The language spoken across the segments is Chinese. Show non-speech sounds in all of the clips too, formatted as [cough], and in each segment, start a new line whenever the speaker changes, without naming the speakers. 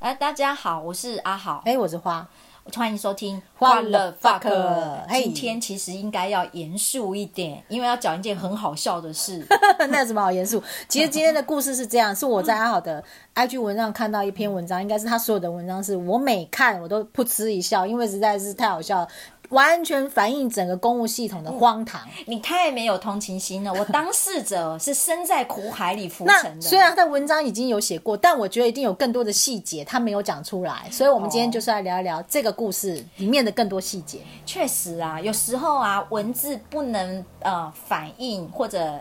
哎，大家好，我是阿好，
哎，我是花， [laughs]
欢迎收听《
What the
fuck
fuck？嘿
今天其实应该要严肃一点，因为要讲一件很好笑的
[laughs]
事。
那有什么好严肃？其实今天的故事是这样，是我在阿好的 IG 文上看到一篇文章，应该是他所有的文章，是我每看我都噗嗤一笑，因为实在是太好笑了，完全反映整个公务系统的荒唐。
你太没有同情心了，我当事者是身在苦海里浮沉
那虽
的。
然他的文章已经有写过，但我觉得一定有更多的细节他没有讲出来，所以我们今天就是来聊一聊这个故事里面的更多细节。
确实啊，有时候啊，文字不能呃反映或者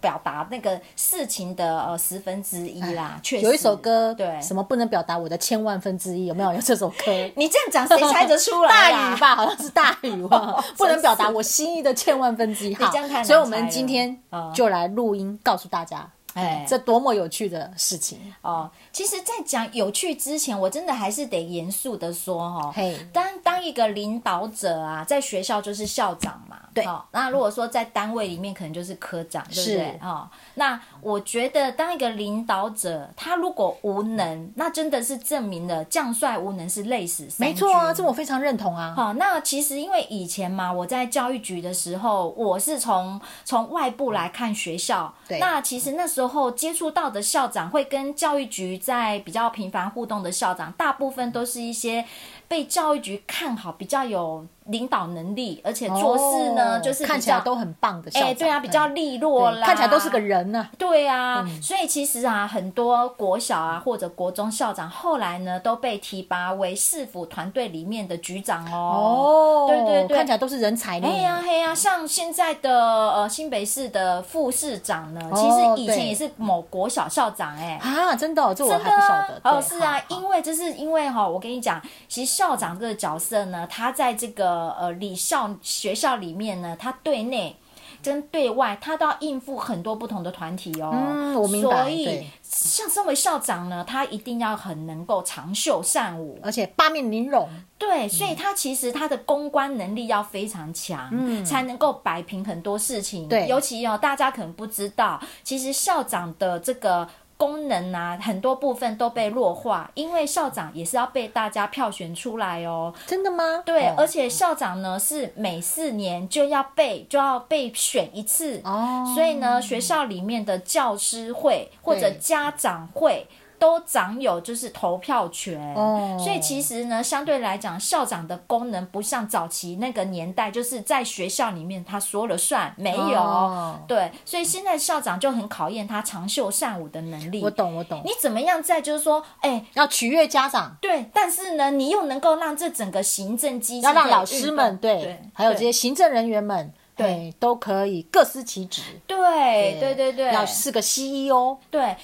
表达那个事情的呃十分之一啦。确实
哎有一首歌，
对。
什么不能表达我的千万分之一，有没有？有这首歌
[laughs] 你这样讲，谁猜得出来、啊？，
[laughs] 大雨吧，好像是大雨吧
[laughs]
[laughs] 不能表达我心意的千万分之一
你
号
这样太难。
所以，我们
猜
今
了
天
嗯
就来录音，告诉大家，
哎
哎，这多么有趣的事情。
哦，其实，在讲有趣之前，我真的还是得严肃的说哦，
嘿
当当一个领导者啊，在学校就是校长嘛，
对
哦。那如果说在单位里面，可能就是科长，对不
是
对？哦，那我觉得当一个领导者，他如果无能，那真的是证明了将帅无能是累死三
没错啊，
军
这我非常认同啊。
好、那其实因为以前嘛，我在教育局的时候，我是从从外部来看学校。
嗯对
那其实那时候接触到的校长，会跟教育局在比较频繁互动的校长，大部分都是一些被教育局看好、比较有领导能力，而且做事呢、
哦
就是比
看起
较
来都很棒的校
哎、
长，
对啊，比较利落
对
啦，
看起来都是个人嗯呢。
对啊，所以其实啊，很多国小啊或者国中校长后来呢都被提拔为市府团队里面的局长哦。
哦
对对对
看起来都是人才呢。
哎呀嘿呀，像现在的呃新北市的副市长呢，其
哦
实以前
对
也是某国小校长哎、
啊，真的哦，这我
真
还
的
不
啊
晓得。
哦，
对
是啊
好，好
因为就是因为哈、我跟你讲，其实校长这个角色呢，他在这个呃理校学校里面呢，他对内。跟对外，他都要应付很多不同的团体哦。
嗯我明白
所以
对，
像身为校长呢，他一定要很能够长袖善舞。
而且八面玲珑，
对，所以
嗯
他其实他的公关能力要非常强，才能够摆平很多事情。
嗯对
尤其哦，大家可能不知道，其实校长的这个。功能啊，很多部分都被弱化，因为校长也是要被大家票选出来哦。
真的吗？
对，
哦
而且校长呢是每四年就要被就要被选一次，
哦，
所以呢，学校里面的教师会或者
对
家长会都掌有就是投票权。
哦
所以其实呢，相对来讲，校长的功能不像早期那个年代，就是在学校里面他说了算，没有。
哦
对，所以现在校长就很考验他长袖善舞的能力
我。懂，我懂
你。怎么样在就是说，哎、
要取悦家长，
对，但是呢，你又能够让这整个行政机制
要让
可以
老
运
师
动
们对，还有这
对
些行政人员们
对
哎都可以各司其职。
对对对对，
要是个 E
[laughs]
CEO，
对。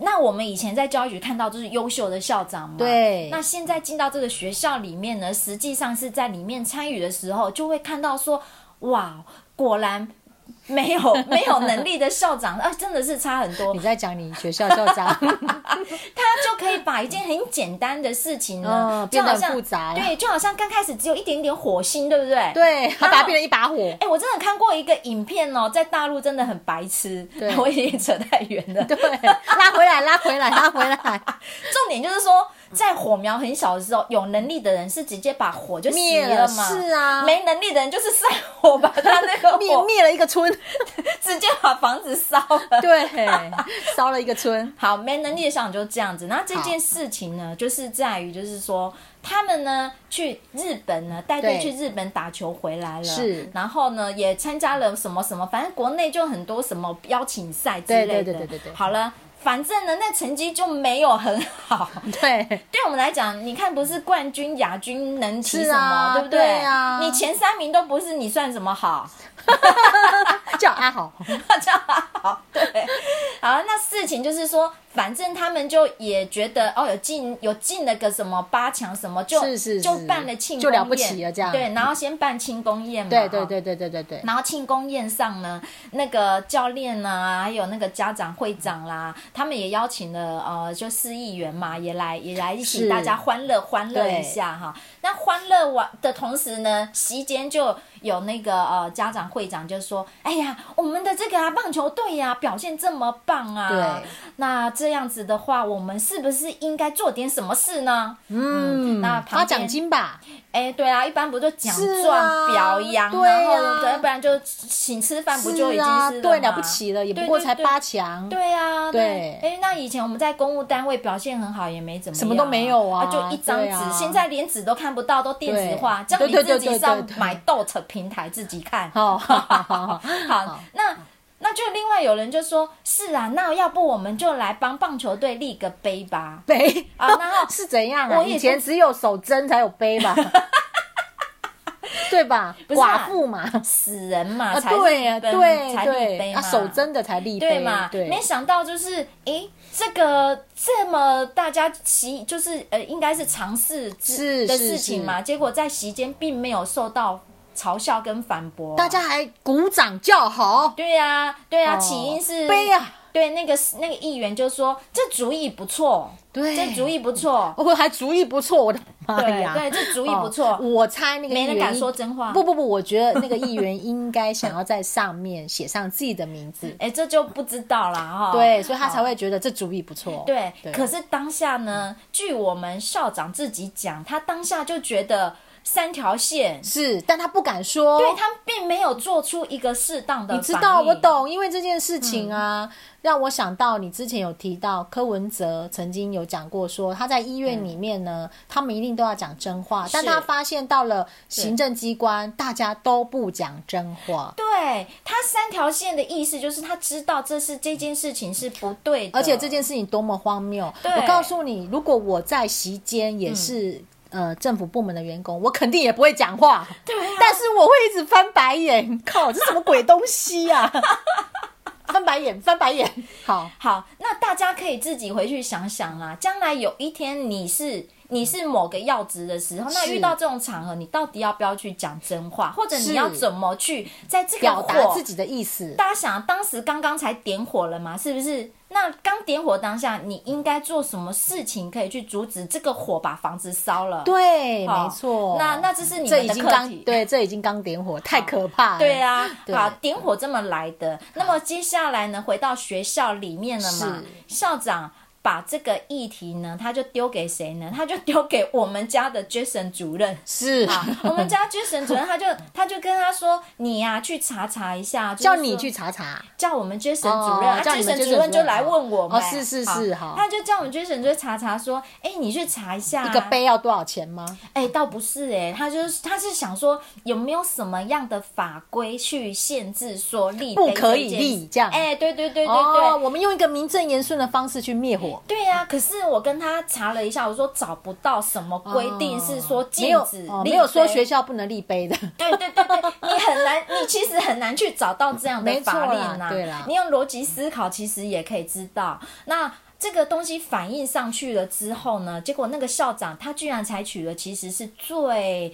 那我们以前在教育局看到就是优秀的校长嘛，
对
那现在进到这个学校里面呢，实际上是在里面参与的时候，就会看到说，哇，果然没有 [laughs] 没有能力的校长，啊，真的是差很多
你。在讲你学校校
[laughs]
长，
他就可以把一件很简单的事情呢，
嗯
就
变得
好
很
像
复杂了
对，就好像刚开始只有一点点火星，对不对？
对，他
然后
把它变成一把火
哎、。我真的看过一个影片哦，在大陆真的很白痴 [laughs]
对，
我也扯太远了。
对，拉回来，拉回来，拉回来，
重点就是说，在火苗很小的时候，有能力的人是直接把火就熄
灭了
嘛，
是啊
没能力的人就是散火，把他那个
[laughs] 灭
火
灭了一个村，
[laughs] 直接把房子烧了。
对，烧了一个村，
好，没能力的校长就这样子。那这件事情呢，就是在于，就是说，他们呢去日本呢，带队
对
去日本打球回来了，
是
然后呢也参加了什么什么，反正国内就很多什么邀请赛之类的。
对对对对对对
好了，反正呢那成绩就没有很好。
对，
对我们来讲，你看不是冠军、亚军能提
是
什么，
啊
对不对？
对啊
你前三名都不是，你算什么好？ [laughs]
叫阿豪，
这样啊好，对。好，那事情就是说，反正他们就也觉得哦，有进有进了个什么八强什么，就是
是
就是办了庆功宴，
就了不起了这样
对，然后先办庆功宴嘛，
对
哈
对对对对对对，
然后庆功宴上呢，那个教练啊，还有那个家长会长啦，他们也邀请了呃，就市议员嘛，也来也来一起
是
大家欢乐欢乐
对
一下哈。那欢乐完的同时呢，席间就有那个呃家长会长就说：“哎呀，我们的这个啊棒球队呀、表现这么棒啊
对，
那这样子的话，我们是不是应该做点什么事呢？”
嗯，
那旁
发
边
奖金吧，
哎，对啊，一般不就奖
是啊
状、表扬，
对啊
然后对，不然就请吃饭，不就已经
啊，
是
对
吗
了不起了，也不
对
过
对
才
对
八强，
对啊，
对
哎，那以前我们在公务单位表现很好，也没怎么样啊
什么都没有啊
就一张
对
纸
啊。
现在连纸都看不到，都电子化，这样
对
你
对对
自己
对对
上
对
买 Dot 平台自己看。
哦，好好好
好，那那就另外有人就说，是啊，那要不我们就来帮棒球队立个碑吧？
杯
啊然后
[laughs] 是怎样啊？
我也
以前只有手针才有
[laughs]
杯吧，对吧？
不是啊
寡妇嘛，
死人嘛，
啊，
才立
对呀，
碑
对
才立
对，
碑
啊，
嘛，
手针的才立
对
杯
嘛？
对，
没想到就是，诶，这个这么大家习就是呃，应该是尝试之
是
的
是
事情嘛，结果在席间并没有受到嘲笑跟反驳，
大家还鼓掌叫好，
对呀、对呀、
哦
起因是
杯啊，
对那个那个议员就说这主意不错，
对，
这主意不错，
哦，还主意不错，我的妈
对
呀！
对，这主意不错，
哦我猜那个
没人
议员
敢
应
说真话
不不不，我觉得那个议员应该想要在上面写上自己的
[laughs]，
名字
哎、这就不知道啦哈、
对，所以他
哦好
才会觉得这主意不错。
对，
对
可是当下呢，据我们校长自己讲，他当下就觉得三条线，
是，但他不敢说。
对他并没有做出一个适当的
哦你知
反
道，
应
我。懂，因为这件事情啊，
嗯
让我想到你之前有提到柯文哲曾经有讲过说，他在医院里面呢，
嗯
他们一定都要讲真话，但他发现到了行政机关，大家都不讲真话。
对他三条线的意思就是他知道这是这件事情是不对的，
而且这件事情多么荒谬！
对嗯
我告诉你，如果我在席间也是、呃政府部门的员工，我肯定也不会讲话，
对啊
但是我会一直翻白眼。靠，这什么鬼东西呀、
[laughs]
翻白眼，翻白眼。好，
好，那大家可以自己回去想想啦。将来有一天你是你是某个要职的时候，那
是
遇到这种场合，你到底要不要去讲真话，或者
是
你要怎么去在这个
表达
火
自己的意思。
大家想，当时刚刚才点火了嘛，是不是？那刚点火当下，你应该做什么事情可以去阻止这个火把房子烧了？
对，
好
没错。
那那这是你
这
们
已
的
经
课
刚
题。
对，这已经刚点火，太可怕了。
对啊，
对
好，点火这么来的。那么接下来呢，回到学校里面了嘛，校长。把这个议题呢，他就丢给谁呢？他就丢给我们家的 Jason 主任。
是
啊，
[laughs]
我们家 Jason 主任他就他就跟他说：“你呀、去查查一下，就是啊
叫
说
你去查查。
叫我们 Jason
哦
主任，啊
叫你们
Jason
Jason
主任就
主任
来问我们，
哦是是是好
他就叫我们 Jason 就查查说，哎，你去查一下啊
一个，杯要多少钱吗？
哎，倒不是哎，他就是他是想说有没有什么样的法规去限制说立
不
碑
可
这
以
件
立
事
这样
哎，对对对对
哦，
对。
我们用一个名正言顺的方式去灭火。
对呀、可是我跟他查了一下，我说找不到什么规定是说禁
哦没有
止立碑、
哦，没有说学校不能立碑的，
对对对对，你很难，你其实很难去找到这样的
没错
法
啦
令呐、
对啦
你用逻辑思考，其实也可以知道那。这个东西反映上去了之后呢，结果那个校长他居然采取了其实是最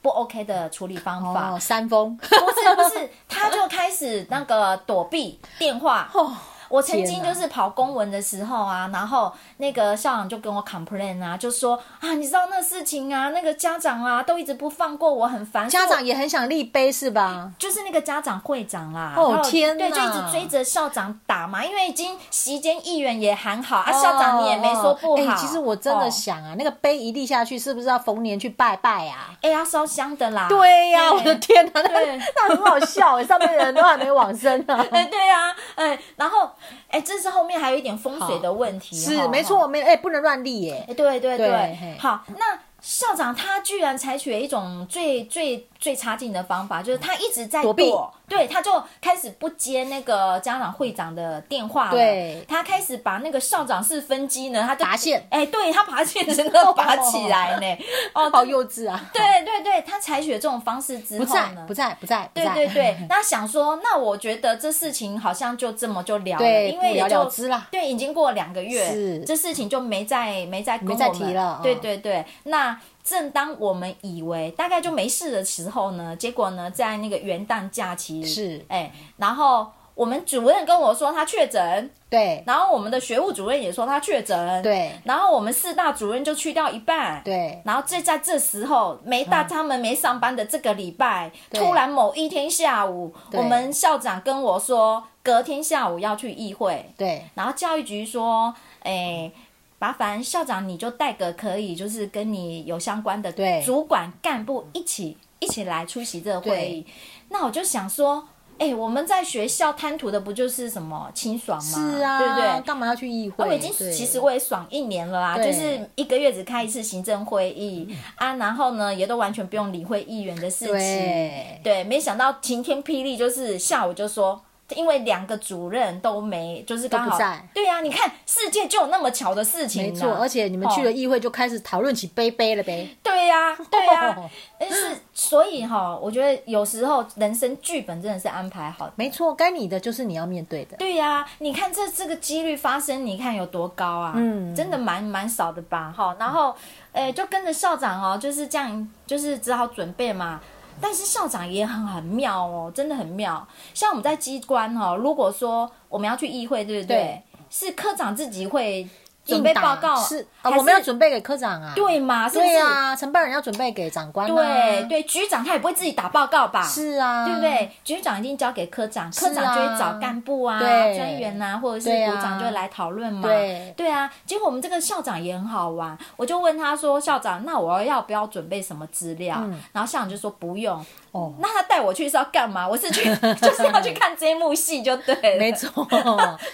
不 OK 的处理方 [laughs] 法，
哦，山峰
不是不是，他就开始那个躲避电话。
哦，
我曾经
天
就
哪
是跑公文的时候啊，然后那个校长就跟我 complain 啊，就说啊，你知道那事情啊，那个家长啊都一直不放过我，很烦。
[laughs] 家
所以我
长也很想立碑是吧？
就是那个家长会长啦，
哦
然后
天
对，
哪
就一直追着校长打嘛，因为已经席间议员也喊好啊，
哦
校长你也没说不好。
哎其实我真的
哦，
想啊，那个碑一立下去，是不是要逢年去拜拜啊？
哎、要烧香的啦，
对呀，我的天哪，
对
那那很好笑哎，上面的人都还没往生呢。
哎、 [laughs] [laughs] 对啊，哎、然后哎、这是后面还有一点风水的问题，
是
哈
没错，。没哎，不能乱立耶
哎、。对对对，
对嘿
好，那校长他居然采取了一种最最最差劲的方法，就是他一直在
躲避
对，他就开始不接那个家长会长的电话了，
对
他开始把那个校长室分机呢，他就
拔线，
哎、对他拔
[laughs]
线真的拔起来呢，哦，
好幼稚啊！
对对对，他采取了这种方式之
不
后
在
呢，
不在不在不
对
在，
对
[laughs]
对，那想说，那我觉得这事情好像就这么就了了，
对
因为
不
也
了
就
了之啦
对，已经过了两个月，
是
这事情就没再没再跟
没再
我们
提了
对
嗯
对对，那正当我们以为大概就没事的时候呢，结果呢，在那个元旦假期
是
哎，然后。我们主任跟我说他确诊，
对
然后我们的学务主任也说他确诊，，
对
然后我们四大主任就去掉一半，。
对
然后这在这时候没大他们没上班的这个礼拜，
嗯对
突然某一天下午，
对
我们校长跟我说，隔天下午要去议会，
对
然后教育局说，诶，麻烦校长你就带个可以就是跟你有相关的
对
主管干部一起一起来出席这个会议。那我就想说，诶，我们在学校贪图的不就是什么清爽吗？
是啊，
对不对？
干嘛要去议会？
哦我已经
对
其实我也爽一年了啦，就
对
是一个月只开一次行政会议啊，然后呢也都完全不用理会议员的事情。
对
对，没想到晴天霹雳，就是下午就说，因为两个主任都没，就是刚
都
好
不在
对啊呀、你看世界就有那么巧的事情、啊，哦
没错，而且你们去了议会就开始讨论起杯杯了呗。哦
对呀、对啊呀、
[laughs]
但是所以哈、我觉得有时候人生剧本真的是安排好的。
没错，该你的就是你要面对的。
对呀、你看这这个几率发生，你看有多高啊？
嗯
真的蛮蛮少的吧？哈，然后，诶，就跟着校长哦，就是这样，就是只好准备嘛。但是校长也很很妙哦，真的很妙。像我们在机关哦，如果说我们要去议会，对不对？
对
是科长自己会准备报告，
是啊，
还
我们要准备给科长啊。
对嘛？是不是？
对呀，承办人要准备给长官啊。
对对，局长他也不会自己打报告吧？
是啊，
对不？对？局长一定交给科长，科
是
长就会找
啊
干部啊、
对
专员啊，或者是
对啊
股长就会来讨论嘛。
对
啊，结果我们这个校长也很好玩，我就问他说：“校长，那我要不要准备什么资料？”然后校长就说：“不用。”
嗯哦，
那他带我去是要干嘛？我是去 [laughs] 就是要去看这一幕戏就对了。
没错，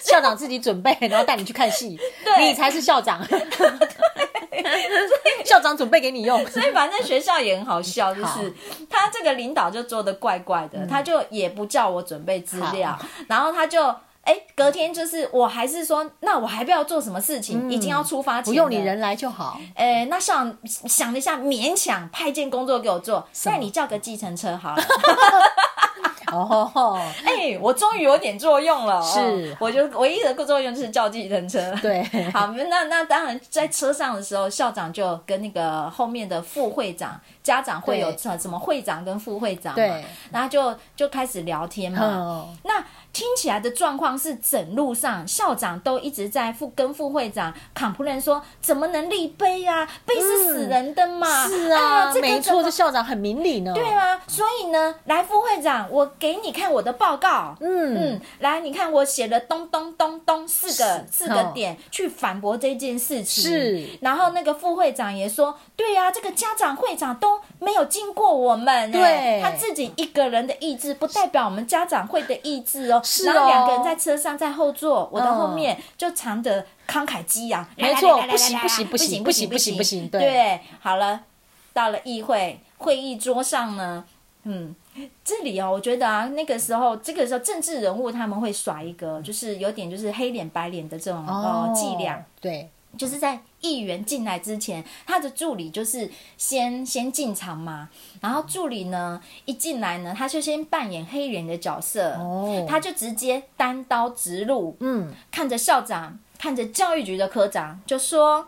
校长自己准备，然后带你去看戏，
[laughs] 对
你才是
[laughs]
校长。校长准备给你用，
所以反正学校也很好
[laughs]
笑，就是他这个领导就做的怪怪
嗯
的，他就也不叫我准备资料，然后他就。哎，隔天就是，我还是说，那我还不要做什么事情，已经要出发前，
嗯不用你人。来就好。
哎，那想想了一下，勉强派件工作给我做，
么
那你叫个计程车好了。
哦，
哎，我终于有点作用了，
是
哦我就唯一的作用就是叫计程
[laughs]
车。 [laughs]
对，
好，那那当然，在车上的时候，校长就跟那个后面的副会长、家长会有
对
什什么会长跟副会长嘛，
对
然后就就开始聊天嘛。
嗯，
那听起来的状况是，整路上校长都一直在副跟副会长 complain 说，怎么能立碑呀、碑是死人的嘛，
是
哎
啊，
呀这个
没
怎
错，
么
这校长很明理呢。
对啊，所以呢，来副会长，我给你看我的报告。
嗯，
嗯，来，你看我写了咚咚咚咚四个
是
四个
哦
点去反驳这件事情。
是
然后那个副会长也说，对啊呀、这个家长会长都没有经过我们、欸，
对
他自己一个人的意志不代表我们家长会的意志哦。
是
然后
哦
两个人在车上，在后座，我的后面就藏着。慷慨激昂，来
没错
来来来
不行
来来
不行
不
不行
不
不
行
行
不行
不行对
对，好了，到了议会会议桌上呢，嗯，这里哦，我觉得啊，那个时候，这个时候政治人物他们会耍一个，就是有点就是黑脸白脸的这种、
哦
呃，伎俩，
对，
就是在议员进来之前，他的助理就是先先进场嘛，然后助理呢一进来呢，他就先扮演黑人的角色，
哦
他就直接单刀直入，
嗯，
看着校长，看着教育局的科长，就说。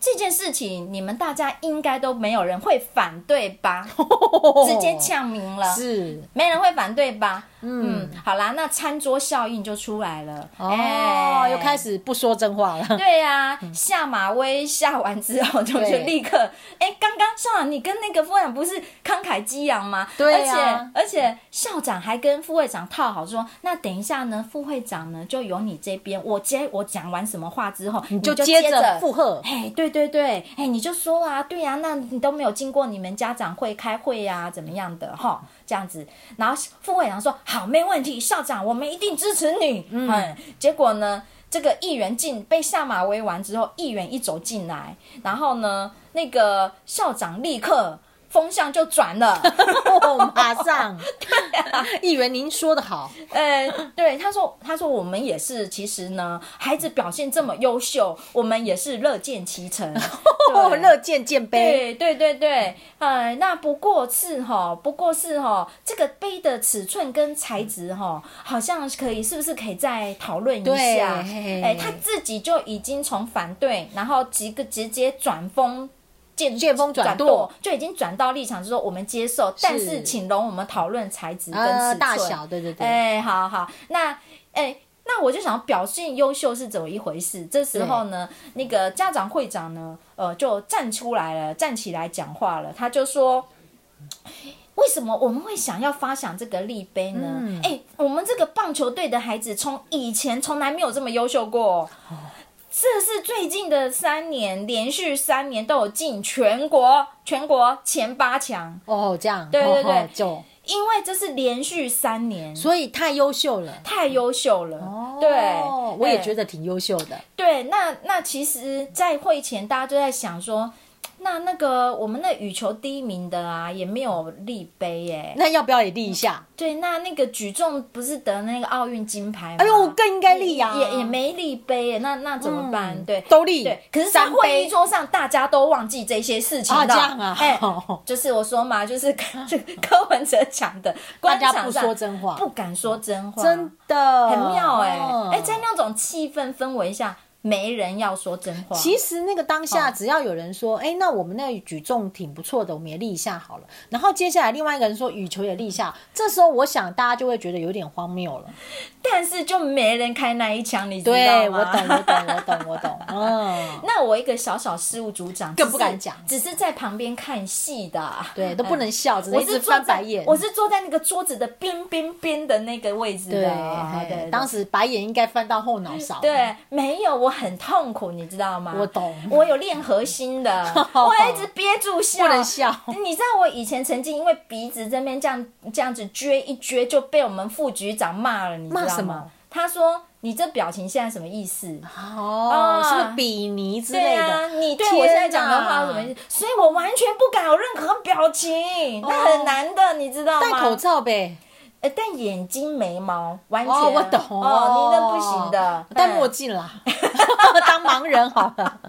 这件事情，你们大家应该都没有人会反对吧？ [laughs]
哦
直接呛明了，
是，
没人会反对吧？嗯
嗯，
好啦，那餐桌效应就出来了。
哦，又开
始。
始不说真话了。
哎对呀、下马威下完之后，就就
对
立刻，哎，刚刚校长你跟那个副会长不是慷慨激昂吗？
对啊
而且而且校长还跟副会长套好说，那等一下呢，副会长呢就由你这边，我接我讲完什么话之后，你
你就
接
接着
[laughs]
附和，
哎，对对对，哎，你就说啊，对啊，那你都没有经过你们家长会开会呀、怎么样的哈，这样子。然后副会长说好，没问题，校长，我们一定支持你。嗯结果呢，这个议员进被下马威完之后，议员一走进来，然后呢，那个校长立刻风向就转了。
哦，马上。
啊
议员，您说的好，
呃，对，他说，他说我们也是，其实呢，孩子表现这么优秀，我们也是乐见其成，
哦，
对
乐见见杯。
对对对对，呃，那不过是哈，不过是哈，这个杯的尺寸跟材质哈，好像可以，是不是可以再讨论一
对
下？哎、他自己就已经从反对，然后几个直接转风。见
见风转舵
舵，就已经转到立场，就是说我们接受，但是请容我们讨论材质跟
呃
尺寸、
大小，对对对，
哎、好好，那哎、那我就想表现优秀是怎么一回事？这时候呢，那个家长会长呢，呃，就站出来了，站起来讲话了，他就说。为什么我们会想要发想这个立碑呢？哎、我们这个棒球队的孩子从以前从来没有这么优秀过、这是最近的三年，连续三年都有进全国全国前八强，
哦这样，
对对对
哦哦就
因为这是连续三年，
所以太优秀了。
太优秀了。
哦
对，
我也
哎
觉得挺优秀的。
对，那那其实，在会前大家就在想说，那那个我们那羽球第一名的啊，也没有立碑耶。
那要不要也立一下？
对，那那个举重不是得那个奥运金牌吗？
哎呦，我更应该立呀、啊，嗯
也也没立碑耶，那那怎么办？对。
都立。
对，可是，在
三
会
杯
议桌上，大家都忘记这些事情
啊
了。
这样啊
哎、
哦
就是我说嘛，就是跟柯 [laughs] 文哲讲的，官
家
场
不
上
说真话
不敢说真话，
嗯真的
很妙哎、
嗯
哎、在那种气氛氛围下，没人要说真话。
其实那个当下，
嗯
只要有人说：“哎、那我们那举重挺不错的，我们也立一下好了。”然后接下来另外一个人说：“羽球也立一下。”这时候我想大家就会觉得有点荒谬了。
但是就没人开那一枪，你知
对
道
我
吗？
懂，我懂，我懂，我懂。嗯，
[laughs] 那我一个小小事务组长，
更
只是
不敢讲
只是在旁边看戏的啊、
对，都不能笑，只能
我
一直
是坐
翻
在
白眼。
我是坐在那个桌子的边边边的那个位置
对
的啊，对，
嘿
对
当时白眼应该翻到后脑勺。
对，没有，我很痛苦，你知道吗？
我懂
我有练核心
[laughs]
的，我一直憋住笑，
不能笑
你知道我以前曾经因为鼻子这边这样这样子撅一撅，就被我们副局长骂了，你知
骂
道
什
吗
么？
他说：“你这表情现在什么意思？”
哦，
啊
是不是比尼之
对
类
啊
的？，
你对我现在
天
讲的话
哪
有
哦
什么意思？所以我完全不敢有任何表情，那很难的，你知道
戴
吗？
口罩呗。
呃，但眼睛、眉毛完全
哦，我懂。
哦，你那不行的，
戴
嗯
墨镜啦， [laughs] 当盲人好了。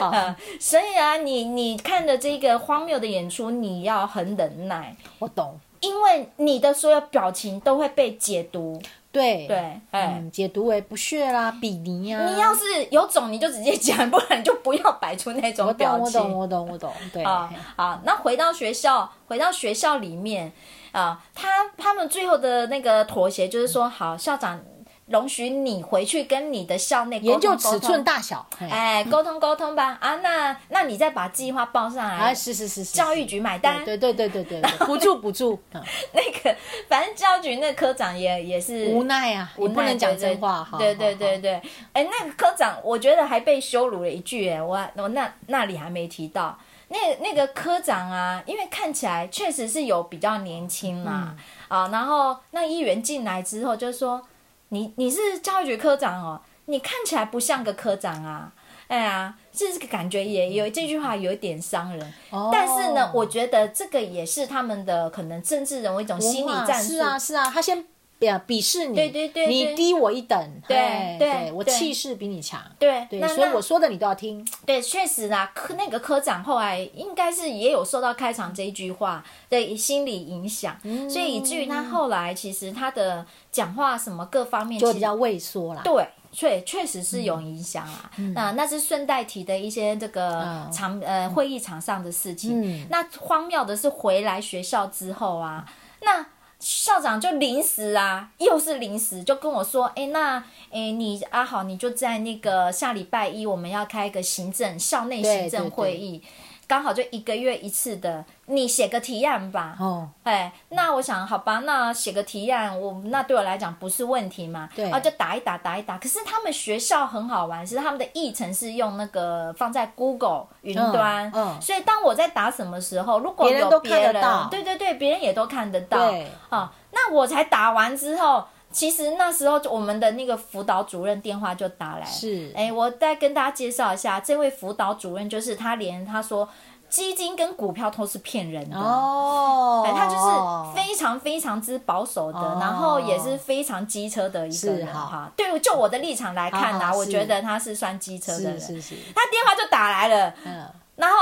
好，
所以啊，你你看的这个荒谬的演出，你要很忍耐，
我懂。
因为你的所有表情都会被解读。
对
对，，哎、
嗯，解读为不屑啦、比尼呀、
你要是有种，你就直接讲，不然你就不要摆出那
我
种
懂，
表
我懂，
情。
我懂，我懂。对，
啊，好，那回到学校，回到学校里面啊，他他们最后的那个妥协就是说，好，校长容许你回去跟你的校内沟通
研究
沟
尺
通
寸大小。哎，
哎，沟通沟通吧啊，那那你再把计划报上来
哎，，是是是是，
教
育。
育局买单。
对对对对对对，补助
[laughs]
补助，嗯
那个，反正教育局那科长也也是
无奈啊，
无
也
奈
不能讲真话哈。
对对
好
对对，对，哎、那个科长，我觉得还被羞辱了一句、哎，我我那那里还没提到。那那个科长啊，因为看起来确实是有比较年轻啦，
嗯
啊，然后那议员进来之后就说：“你你是教育局科长哦，你看起来不像个科长啊。”哎呀，这个感觉也有这句话有一点伤人，
好好
但是呢
哦，
我觉得这个也是他们的可能政治人物一种心理
文化
战术。
是啊是啊，他先呃鄙视你，
对对对对
你低我一等，
对
哎
对
对，我
对
气势比你强，
对，
对
那，
所以
那
我说的你都要听。
对，确实啦，科那个科长后来应该是也有受到开场这一句话的心理影响，
嗯
所以以至于他后来其实他的讲话什么各方面
就
其
比
实
较畏缩啦。
对。确确实是有影响啊，
嗯
那那是顺带提的一些这个
啊
场、呃会议场上的事情。
嗯
那荒谬的是回来学校之后啊，那校长就临时啊，又是临时就跟我说，哎、那哎、诶你阿豪你就在那个下礼拜一我们要开一个行政校内
对
行
对
政
对
会议，刚好就一个月一次的，你写个提案吧。
哦，
哎，那我想，好吧，那写个提案，我那对我来讲不是问题嘛，
对
啊，就打一打，打一打。可是他们学校很好玩，是他们的议程是用那个放在 Google 云端，
嗯嗯
所以当我在打什么时候，如果
别人都
有别
看得
人，
到
对对对，别人也都看得到，
对
啊，那我才打完之后，其实那时候就我们的那个辅导主任电话就打来了，
是
哎、我再跟大家介绍一下，这位辅导主任就是他连他说基金跟股票都是骗人的。
哦，
哎，他就是非常非常之保守的，
哦
然后也是非常机车的一个
是
人
好
哈。对，就我的立场来看
好
啦，
好
我
是
觉得他是算机车的
是
人。
是是，
他电话就打来了，
嗯，
然后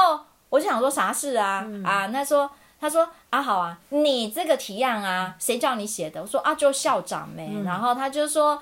我就想说啥事啊、啊？那说他说啊好啊，
嗯
你这个提案啊，谁叫你写的？我说啊，就校长呗、然后他就说。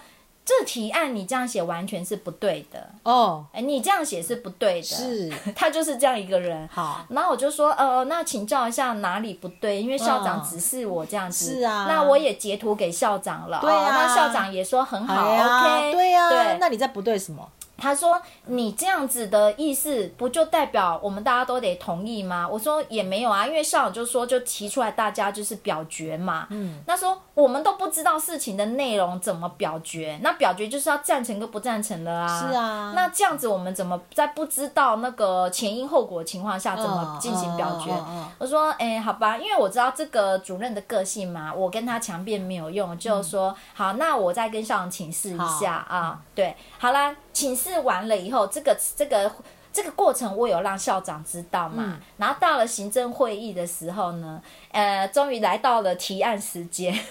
这提案你这样写完全是不对的，
哦，
哎，你这样写是不对的，
是
[laughs] 他就是这样一个人。
[laughs] 好，
然后我就说，呃，那请教一下哪里不对，因为校长
嗯
指示我这样子，
是啊
那我也截图给校长了，
对啊
哦那校长也说很好、
哎呀
o k
对呀、
对，
那你在不对什么？
他说：“你这样子的意思，不就代表我们大家都得同意吗？”我说：“也没有啊，因为校长就说就提出来，大家就是表决嘛。嗯，那说我们都不知道事情的内容怎么表决，那表决就是要赞成跟不赞成的啊。
是啊
那这样子我们怎么在不知道那个前因后果的情况下怎么进行表决？
嗯嗯嗯嗯嗯
我说，哎、好吧，因为我知道这个主任的个性嘛，我跟他强辩没有用，就说、
嗯
好，那我再跟校长请示一下啊。对，好啦，请示完了以后，这个这个这个过程我有让校长知道嘛。
嗯
然后到了行政会议的时候呢，呃，终于来到了提案时间。 [laughs]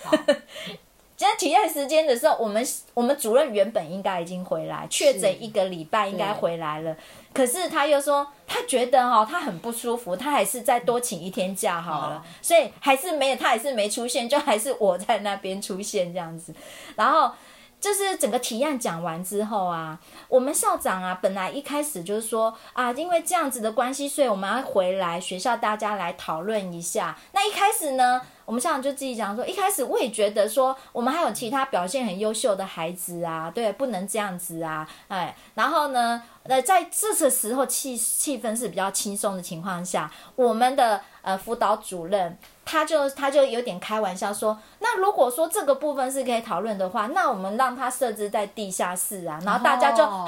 今天提案时间的时候，我们我们主任原本应该已经回来，确诊一个礼拜应该回来了，可是他又说他觉得哦，他很不舒服，他还是再多请一天假好了，
哦
所以还是没有，他还是没出现，就还是我在那边出现这样子，然后。就是整个提案讲完之后啊，我们校长啊，本来一开始就是说啊，因为这样子的关系，所以我们要回来学校大家来讨论一下。那一开始呢，我们校长就自己讲说，一开始我也觉得说，我们还有其他表现很优秀的孩子啊，对，不能这样子啊，哎，然后呢，呃，在这个时候气气氛是比较轻松的情况下，我们的呃辅导主任。他就他就有点开玩笑说，那如果说这个部分是可以讨论的话，那我们让他设置在地下室啊，然后大家就
哦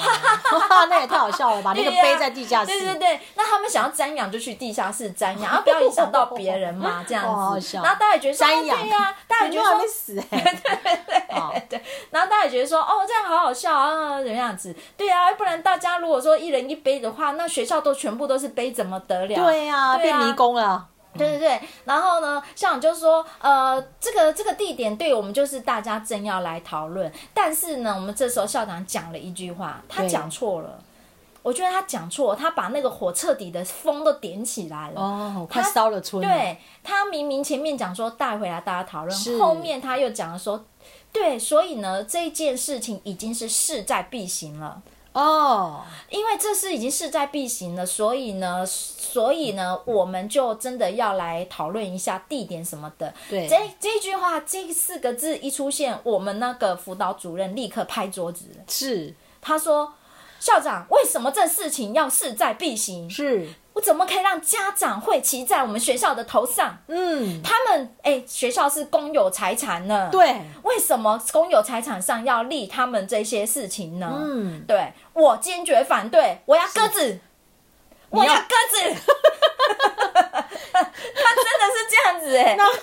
那也太好笑了吧？那个
对呀
背在地下室，
对对对，那他们想要瞻仰就去地下室瞻仰，然后不要影响到别人
[laughs]
嘛，这样子。
哦好笑
然后大家也觉得说，
瞻
哦
仰
对呀、大家也觉
人
得
都还
说
没，死哎、对对对，
然后大家也觉得说，哦，这样好好笑啊，怎么样子？对啊，不然大家如果说一人一杯的话，那学校都全部都是杯，怎么得了？
对啊呀，
对啊
变迷宫了。
对对对，然后呢，校长就说，呃，这个这个地点对我们就是大家正要来讨论，但是呢，我们这时候校长讲了一句话，他
对
讲错了，我觉得他讲错，他把那个火彻底的风都点起来了。
哦，快烧了村了。
对他明明前面讲说带回来大家讨
是
论，后面他又讲了说，对，所以呢，这件事情已经是势在必行了。
哦，
因为这事已经势在必行了，所以呢，所以呢，我们就真的要来讨论一下地点什么的。
对
这这句话这四个字一出现，我们那个辅导主任立刻拍桌子，
是
他说：“校长，为什么这事情要势在必行？
是，
我怎么可以让家长会骑在我们学校的头上？
嗯，
他们哎，学校是公有财产呢，，
对，
为什么公有财产上要立他们这些事情呢？
嗯，
对我坚决反对，我要鸽子，我
你要
要鸽子。 [laughs] 他真的是这样子哎、
然后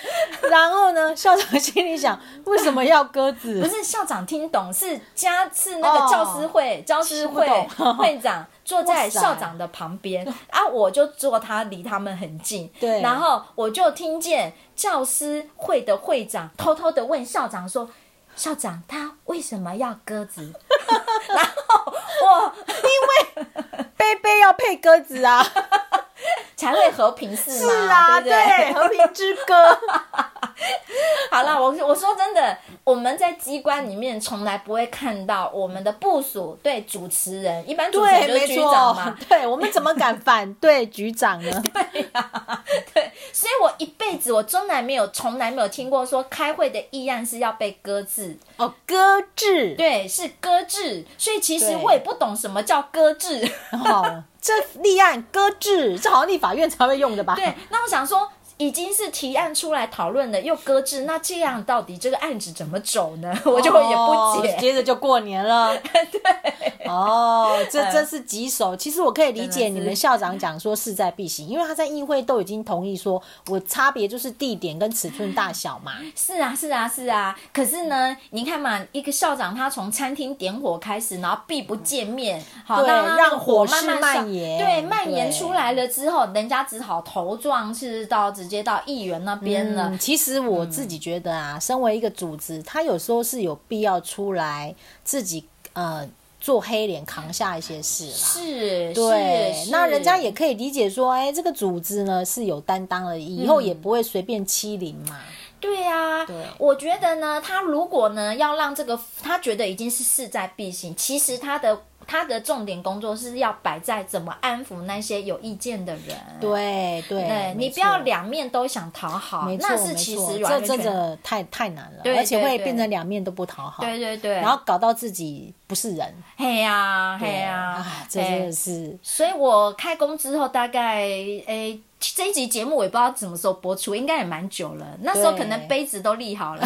[laughs] 然后呢？校长心里想，为什么要鸽
[laughs] 不
子？
是校长听懂，是家是那个教师会、教师会
哦听不
[laughs]
懂
会长坐在
哇塞
校长的旁边，啊，我就坐他离他们很近，
对
然后我就听见教师会的会长偷偷的问校长说。校长，他为什么要鸽子？ [laughs] 然后我
贝贝要配鸽子啊，
才会和平是
[laughs] 是
吗？
啊，
对不对？
和平之歌，
好了，我我说真的，我们在机关里面从来不会看到我们的部署对主持人，一 [laughs] 般主持人
对，
就是
没
局长
错
嘛。，
对我们怎么敢
[laughs]
反对局长呢？
对， [laughs] 所以我一辈子我从来没有从来没有听过说开会的议案是要被搁置，
哦，鸽制，
对，是搁置。所以其实
对
我也不懂什么叫搁置。
[laughs]
[laughs]
哦，这立案搁置，这好像立法院才会用的吧？
对，那我想说。已经是提案出来讨论了，又搁置，那这样到底这个案子怎么走呢？ [laughs] 我就也不解
哦。接着就过年
[laughs]
了，对，哦，这真是棘手。其实我可以理解
嗯真的
你
是
们校长讲说势在必行，因为他在议会都已经同意说，我差别就是地点跟尺寸大小嘛。
是啊，是啊，是啊。可是呢，你看嘛，一个校长他从餐厅点火开始，然后避不见面，好
嗯对
让他那个
让火势
慢慢上
蔓延
对，蔓延
对
出来了之后，人家只好头撞是到直接到议员那边了。
嗯，其实我自己觉得啊，身为一个组织，他有时候是有必要出来自己呃做黑脸扛下一些事啦。
是，
对
是，
那人家也
是嗯
可以理解说，哎，这个组织呢是有担当了，以后也不会随便欺凌嘛。
对呀、
对
我觉得呢，他如果呢要让这个，他觉得已经是势在必行，其实他的他的重点工作是要摆在怎么安抚那些有意见的人。
对对，
对，你
没
不要
错
两面都想讨好
没，错，
啊那是
没
其
错
实
这
软
真
的。
的太太难了，
对
而且
对
会
对
变成两面都不讨好，
对对对，
然后搞到自己不是人。
嘿呀嘿呀
啊，，这真
对
的，是
所以我开工之后大概诶。这一集节目我也不知道什么时候播出，应该也蛮久了。那时候可能
对
杯子都立好 [laughs] 了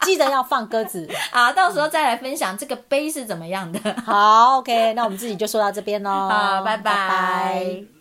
记得要放鸽子。 [laughs]
啊，到时候再来分享这个杯是怎么样的。 [laughs]
好，OK，那我们自己就说到这边喽，
哦啊，拜
拜
拜